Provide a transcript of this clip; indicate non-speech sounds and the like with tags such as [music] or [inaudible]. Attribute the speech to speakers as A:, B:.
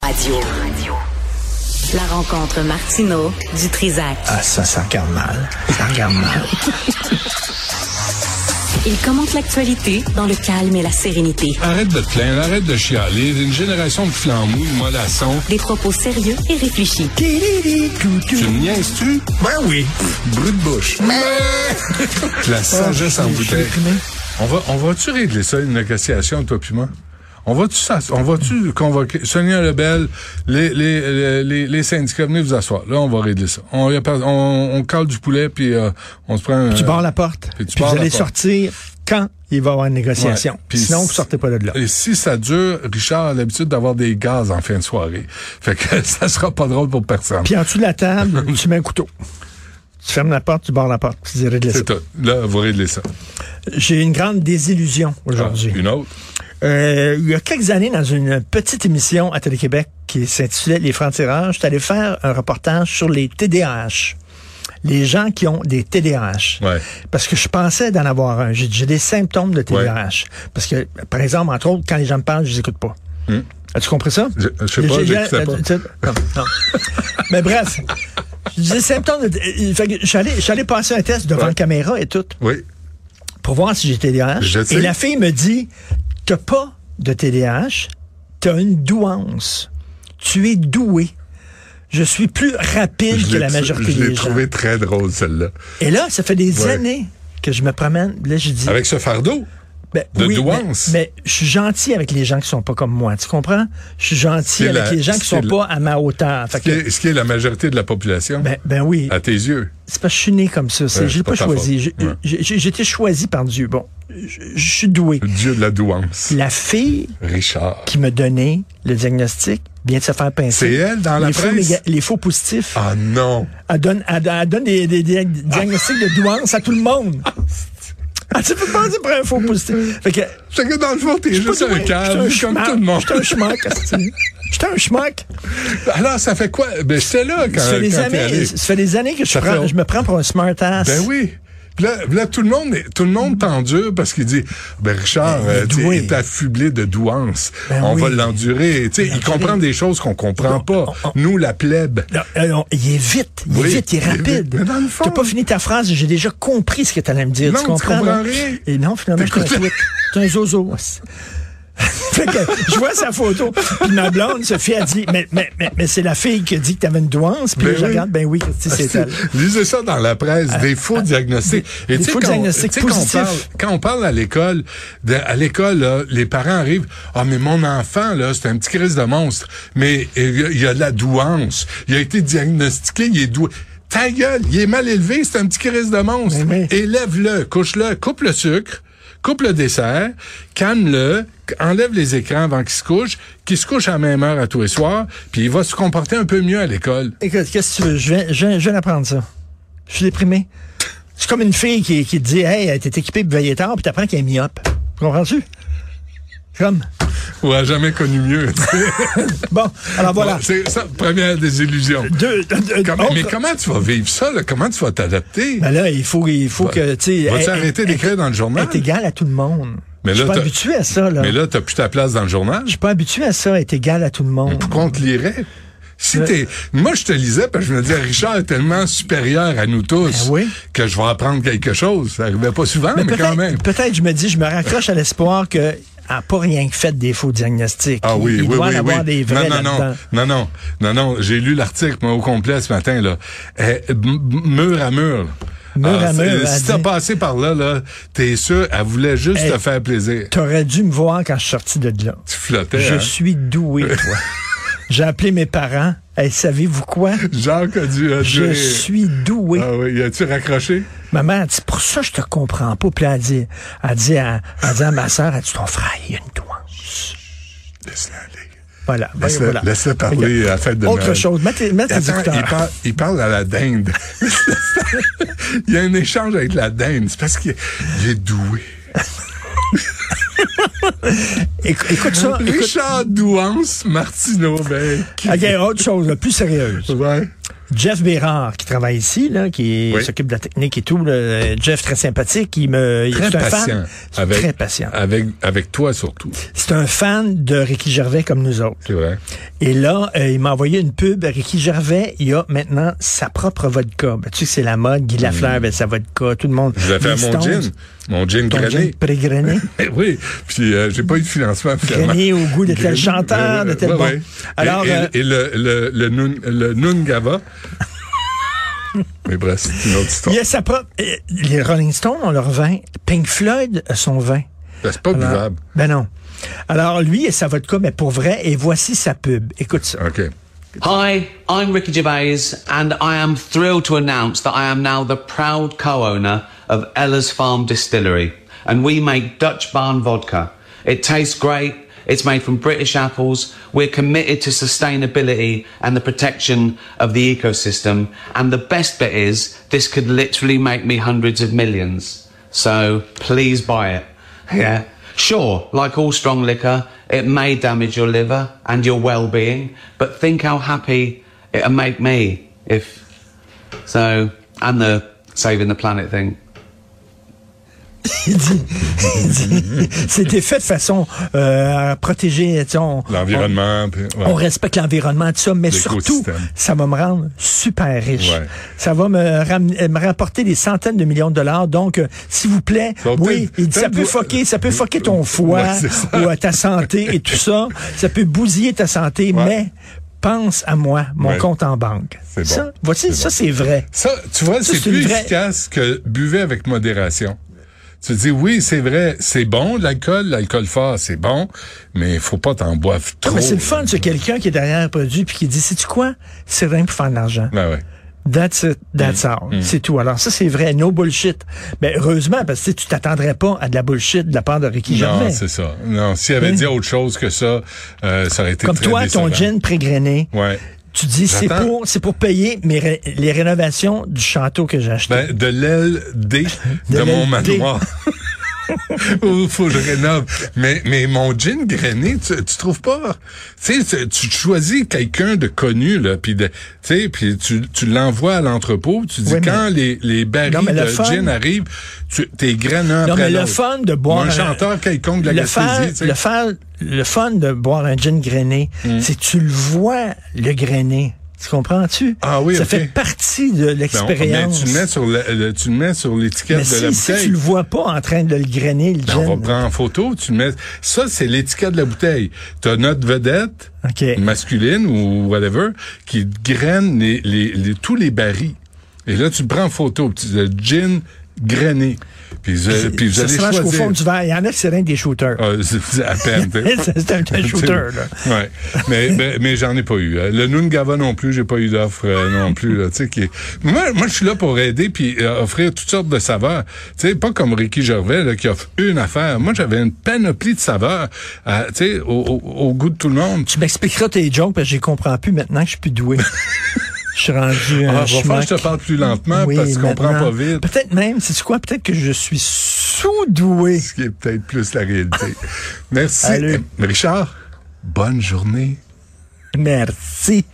A: Radio. La rencontre Martino du Trizac.
B: Ah, ça, ça regarde mal. Ça regarde mal.
A: Il commente l'actualité dans le calme et la sérénité.
C: Arrête de te plaindre, arrête de chialer. Une génération de flambouilles, de mollassons.
A: Des propos sérieux et réfléchis.
C: Tu me niaises-tu?
B: Ben oui.
C: Brut de bouche. [laughs] La sagesse en bouteille. On va, on va-tu régler ça, une négociation, toi puis moi? On va-tu, s'ass- on va-tu convoquer Sonia Lebel, les, les, les, les, les syndicats, venez vous asseoir. Là, on va régler ça. On, y a pas- on, on cale du poulet, puis euh, on se prend...
D: Tu
C: euh,
D: barres la porte.
C: Puis
D: Puis,
C: tu
D: vous
C: barres la
D: allez
C: porte.
D: sortir quand il va y avoir une négociation.
C: Ouais. Puis
D: Sinon, vous
C: si-
D: sortez pas de là.
C: Et si ça dure, Richard a l'habitude d'avoir des gaz en fin de soirée. Fait que [laughs] ça sera pas drôle pour personne.
D: Puis en dessous de la table,
C: [laughs]
D: tu mets un couteau. Tu fermes la porte, tu barres la porte. Tu dirais de
C: C'est
D: laisser.
C: tout. Là, vous réglez ça.
D: J'ai une grande désillusion aujourd'hui.
C: Ah, une autre.
D: Euh, il y a quelques années, dans une petite émission à Télé-Québec qui s'intitulait Les Francs-Tirages, j'étais allé faire un reportage sur les TDAH. Les gens qui ont des TDAH.
C: Ouais.
D: Parce que je pensais d'en avoir un. J'ai j'ai des symptômes de TDAH. Parce que, par exemple, entre autres, quand les gens me parlent, je les écoute pas. As-tu compris ça?
C: Hmm. Je- je sais pas,
D: J'ai- j'ai-
C: j'écoutais pas.
D: tu- non, non. Mais
C: [laughs]
D: bref, j'ai des symptômes de... euh, fait que je suis allé- je suis allé passer un test devant
C: Ouais.
D: la caméra et tout
C: Oui.
D: pour voir si j'ai TDAH.
C: Je sais.
D: Et la fille me dit, t'as pas de TDAH, t'as une douance. Tu es doué. Je suis plus rapide que
C: l'ai
D: la
C: tr-
D: majorité
C: je l'ai
D: des gens.
C: trouvé très drôle, celle-là.
D: Et là, ça fait des
C: Ouais.
D: années que je me promène. Là, je dis,
C: Avec ce fardeau.
D: ben,
C: de
D: oui,
C: douance.
D: Mais, mais je suis gentil avec les gens qui sont pas comme moi. Tu comprends? Je suis gentil
C: C'est
D: avec
C: la-
D: les gens qui
C: c'est
D: sont
C: la-
D: pas à ma hauteur. Fait
C: Ce qui,
D: que,
C: est, ce qui est la majorité de la population.
D: ben, ben oui.
C: à tes yeux.
D: C'est parce que je suis né comme ça.
C: Ah. Ouais,
D: C'est, je
C: c'est
D: l'ai
C: pas
D: pas
C: ta
D: choisi.
C: faute.
D: J'ai-
C: Ouais.
D: j'ai- j'ai été choisi par Dieu. Bon, je, je suis doué.
C: Le dieu de la douance.
D: La fille
C: Richard.
D: qui me donnait le diagnostic vient de se faire pincer.
C: C'est elle dans la
D: les faux,
C: presse?
D: méga- les faux positifs.
C: Ah non.
D: Elle donne, elle, elle donne des, des- des diagnostics de douance à tout le monde. Ah, tu peux penser pour un faux positif. Fait que,
C: C'est que dans le fond, t'es
D: je suis pas
C: juste un
D: doué.
C: câble,
D: J'étais
C: comme
D: schmack.
C: tout le monde.
D: J'étais un schmack. asti. J'étais un schmack.
C: Alors, ça fait quoi? Ben, j'étais là quand,
D: Ça fait, des
C: quand t'es allé.
D: années, ça fait des années que je,
C: Ça fait-
D: prends- je me prends pour un smart ass.
C: Ben oui. Puis Là, là, tout le monde, est- tout le monde t'endure parce qu'il dit, ben Richard,
D: Il est
C: euh, tu sais,
D: doué.
C: est affublé de douance.
D: Ben
C: on
D: oui. Ben
C: va l'endurer. Tu sais, il
D: l'endurer.
C: comprend des choses qu'on comprend pas.
D: on-
C: Nous, la plèbe.
D: Non, euh, non, il est vite, il
C: Oui,
D: est vite, il est
C: il est vite.
D: rapide.
C: Mais dans le fond-
D: T'as pas fini ta phrase, j'ai déjà compris ce que t'allais me dire.
C: Non,
D: tu
C: tu
D: comprends,
C: comprends
D: là?
C: rien.
D: Et non, finalement, je suis un tweet. T'es un
C: [laughs]
D: zozo. fait que je vois sa photo, puis ma blonde, Sophie, a dit, mais, mais, mais, mais c'est la fille qui a dit que t'avais une douance, puis
C: Ben
D: là, je
C: oui.
D: regarde, ben oui, Christy, c'est elle.
C: [laughs] Lisez ça dans la presse, des faux diagnostics.
D: des
C: tu sais,
D: faux
C: quand-
D: diagnostics
C: tu sais, quand on
D: positifs.
C: parle, quand on parle à l'école, de- à l'école, là, les parents arrivent, ah mais mon enfant là, c'est un petit crise de monstre, mais euh, il y a- il y a de la douance, il a été diagnostiqué, il est doué. Ta gueule, il est mal élevé, c'est un petit crise de monstre.
D: Mais oui.
C: Élève-le, couche-le, coupe le sucre, coupe le dessert, calme-le, enlève les écrans avant qu'il se couche, qu'il se couche à la même heure à tous les soirs, puis il va se comporter un peu mieux à l'école.
D: Écoute, qu'est-ce que tu veux? Je viens, je viens, je viens d'apprendre ça. Je suis déprimé. C'est comme une fille qui, qui te dit Hey, t'es équipée pour veiller tard, puis t'apprends qu'elle est myope. Comprends-tu? Comme.
C: On a jamais connu mieux.
D: Bon, alors voilà.
C: C'est ça, première désillusion.
D: Deux, deux- deux-
C: Comment-
D: autre-
C: mais comment tu vas vivre ça? Là? Comment tu vas t'adapter?
D: Ben là, il faut, il faut que, tu sais,
C: Vas-tu
D: être-
C: arrêter d'écrire dans le journal?
D: être égal à tout le monde.
C: Mais
D: je suis
C: là,
D: pas
C: t'as-
D: habitué à ça, là.
C: Mais là, t'as plus ta place dans le journal.
D: Je suis pas habitué à ça, être égal à tout le monde.
C: Pourquoi on te lirait? Si t'es, moi, je te lisais parce que je me disais, Richard est tellement supérieur à nous tous
D: Ben oui.
C: que je vais apprendre quelque chose. Ça arrivait pas souvent, mais, quand même.
D: peut-être, peut-être, je me dis, je me raccroche à l'espoir que elle a pas rien que fait des faux diagnostics.
C: Ah oui,
D: il
C: oui,
D: doit
C: oui,
D: en avoir
C: oui.
D: des vrais
C: non, non, non,
D: là-dedans.
C: non, non, non, non, j'ai lu l'article moi, au complet ce matin là, Eh, m- m- mur à mur. Ah,
D: Mur à
C: c'est-
D: mur,
C: Si
D: elle
C: t'as
D: dit-
C: passé par là, là, t'es sûr, elle voulait juste
D: Eh,
C: te faire plaisir.
D: T'aurais dû me voir quand je suis sorti de là.
C: Tu flottais.
D: Je
C: hein?
D: suis
C: [laughs]
D: doué, toi. J'ai appelé mes parents. Hey, savez-vous quoi?
C: Jacques a dû. a dû
D: Je
C: rire.
D: suis doué.
C: Ah oui, y a-tu raccroché?
D: Maman, elle dit, pour ça, je te comprends pas. Puis là, elle dit, elle dit à, elle dit à ma sœur, elle dit, ton frère, il a une douance.
C: Laisse-le aller.
D: Voilà. ben,
C: Laisse-le
D: voilà.
C: laisse-le parler à la fête de
D: Autre
C: Noël.
D: chose, mets tes, mets tes
C: Attends,
D: écouteurs.
C: il, parle, il parle à la dinde. [laughs] il y a un échange avec la dinde. C'est parce qu'il il est doué.
D: Éc- Écoute ça. écoute.
C: Richard Douance Martineau, ben. qui-
D: OK, autre chose, plus sérieuse.
C: Ouais.
D: Jeff Bérard, qui travaille ici, là, qui
C: Oui.
D: s'occupe de la technique et tout. là, Jeff, très sympathique. Il me, il-
C: Très
D: c'est un
C: patient.
D: fan.
C: Avec,
D: Très patient.
C: Avec, avec toi surtout.
D: C'est un fan de Ricky Gervais comme nous autres.
C: C'est vrai.
D: Et là, euh, il m'a envoyé une pub. Ricky Gervais, il a maintenant sa propre vodka. Ben, tu sais que c'est la mode. Guy Lafleur avec sa vodka. Tout le monde.
C: Hmm. Je l'ai fait à
D: Les
C: mon
D: Stones,
C: gin. Mon gin
D: ton gin
C: grané.
D: pré-grainé.
C: oui. Puis euh, j'ai pas eu de financement finalement.
D: Grainé au goût de tel
C: Grainé,
D: chanteur, de tel
C: ouais,
D: bon.
C: ouais.
D: Alors,
C: Et, et-
D: euh,
C: et le, le, le, nun- le Nungava.
D: [laughs]
C: Mais bref, c'est une autre histoire.
D: Il a sa propre. euh, Les Rolling Stones ont leur vin. Pink Floyd a son vin.
C: Ben, C'est pas
D: Alors-
C: buvable.
D: Ben non. Alors, lui, et sa vodka, mais pour vrai, et voici sa pub. Écoute ça. [laughs]
C: OK.
E: Hi, I'm Ricky Gervais, and I am thrilled to announce that I am now the proud co owner of Ella's Farm Distillery, and we make Dutch Barn Vodka. It tastes great, it's made from British apples. We're committed to sustainability and the protection of the ecosystem, and the best bit is this could literally make me hundreds of millions. So please buy it. Yeah. Sure, like all strong liquor, it may damage your liver and your well being, but think how happy it'll make me if. So, and the saving the planet thing.
D: Il dit, il dit, c'était fait de façon euh, à protéger. tu sais, on-
C: L'environnement. puis- ouais.
D: On respecte l'environnement, tout ça, mais surtout,
C: L'écosystème.
D: ça va me rendre super riche.
C: Ouais.
D: Ça va me, ram- euh, me rapporter des centaines de millions de dollars. Donc, euh, s'il vous plaît,
C: Ça va
D: oui,
C: peut-être-
D: il dit, ça
C: peut-être
D: peut
C: vous-
D: foquer, ça peut foquer ton foie
C: Ouais, [laughs] c'est ça.
D: ou à ta santé et tout ça. Ça peut bousiller ta santé,
C: Ouais.
D: mais pense à moi, mon
C: Ouais.
D: compte en banque.
C: C'est bon.
D: Ça, voici,
C: C'est
D: ça,
C: bon.
D: c'est vrai.
C: Ça, tu vois,
D: Ça,
C: c'est
D: c'est une
C: plus
D: vraie-
C: efficace que buvez avec modération. Tu dis, oui, c'est vrai, c'est bon, l'alcool, l'alcool fort, c'est bon, mais faut pas t'en boive
D: Ah,
C: trop.
D: mais c'est le fun, c'est quelqu'un qui est derrière un produit puis qui dit, sais-tu quoi? C'est rien pour faire de l'argent.
C: Ben ouais.
D: That's it,
C: Mm.
D: that's all. C'est tout. Alors ça, c'est vrai, no bullshit. Mais heureusement, parce que tu sais, tu t'attendrais pas à de la bullshit de la part de Ricky
C: Non,
D: Gervais.
C: c'est ça. Non, s'il avait
D: Oui.
C: dit autre chose que ça, euh, ça aurait été
D: Hein? Comme
C: très
D: toi, ton
C: décevant.
D: gin pré-grainé,
C: Ouais.
D: tu dis c'est
C: J'attends.
D: pour c'est pour payer mes ré- les rénovations du château que j'ai acheté.
C: Ben, de l'aile
D: [laughs]
C: D de,
D: De
C: mon
D: l'aile D. [laughs]
C: manoir. Ouh, faut que je rénove. Mais, mais mon jean grainé, tu, tu trouves pas? Tu sais, tu- tu choisis quelqu'un de connu, là, puis de, tu sais, puis tu, tu l'envoies à l'entrepôt, tu dis
D: Oui, mais-
C: quand les, les barils
D: Non, mais le
C: de
D: fun-
C: gin arrivent, tu, t'es grainant
D: non,
C: après
D: mais le
C: l'autre.
D: fun de boire
C: Ou Un chanteur quelconque de la
D: le faire,
C: Gaspésie, tu sais. Mm.
D: le faire- le fun de boire un gin grainé, c'est que tu le vois le grainé. Tu comprends-tu?
C: Ah oui,
D: Ça
C: ok.
D: fait partie de
C: Ben, on- mais
D: l'expérience.
C: tu le mets sur le- le- tu le mets sur l'étiquette
D: Mais
C: de la
D: si, si
C: bouteille.
D: tu le vois pas en train de le grainer, le
C: Ben,
D: gin.
C: on va prendre en photo, tu le mets. Ça, c'est l'étiquette de la bouteille. T'as notre vedette
D: OK.
C: masculine ou whatever qui graine les, les- les- tous les barils. Et là, tu le prends en photo, puis tu dis gin grainé. Puis, vous- puis vous
D: ça
C: allez
D: se mange
C: choisir.
D: au fond du verre. Il y en a qui c'est rien que des shooters. [laughs]
C: Ah, ben c'est- c'est à peine. t'sais.
D: C'est
C: [laughs]
D: un- un shooter, là.
C: Ouais. Mais, mais, mais j'en ai pas eu. Euh, Le Nungava non plus, j'ai pas eu d'offre euh, non plus. Là, tu sais, qui est- Moi, moi je suis là pour aider puis euh, offrir toutes sortes de saveurs. Tu sais, pas comme Ricky Gervais là, qui offre une affaire. Moi, j'avais une panoplie de saveurs euh, tu sais, au, au, au goût de tout le monde.
D: Tu m'expliqueras tes jokes parce que je les comprends plus maintenant que je suis plus doué. Je suis rendu un
C: Ah, va falloir que
D: schmack.
C: je te parle plus lentement
D: Oui,
C: parce qu'on comprend
D: maintenant.
C: pas vite.
D: Peut-être même, c'est quoi? Peut-être que je suis sous-doué.
C: Ce qui est peut-être plus la réalité. Merci.
D: Salut.
C: Richard, bonne journée.
D: Merci.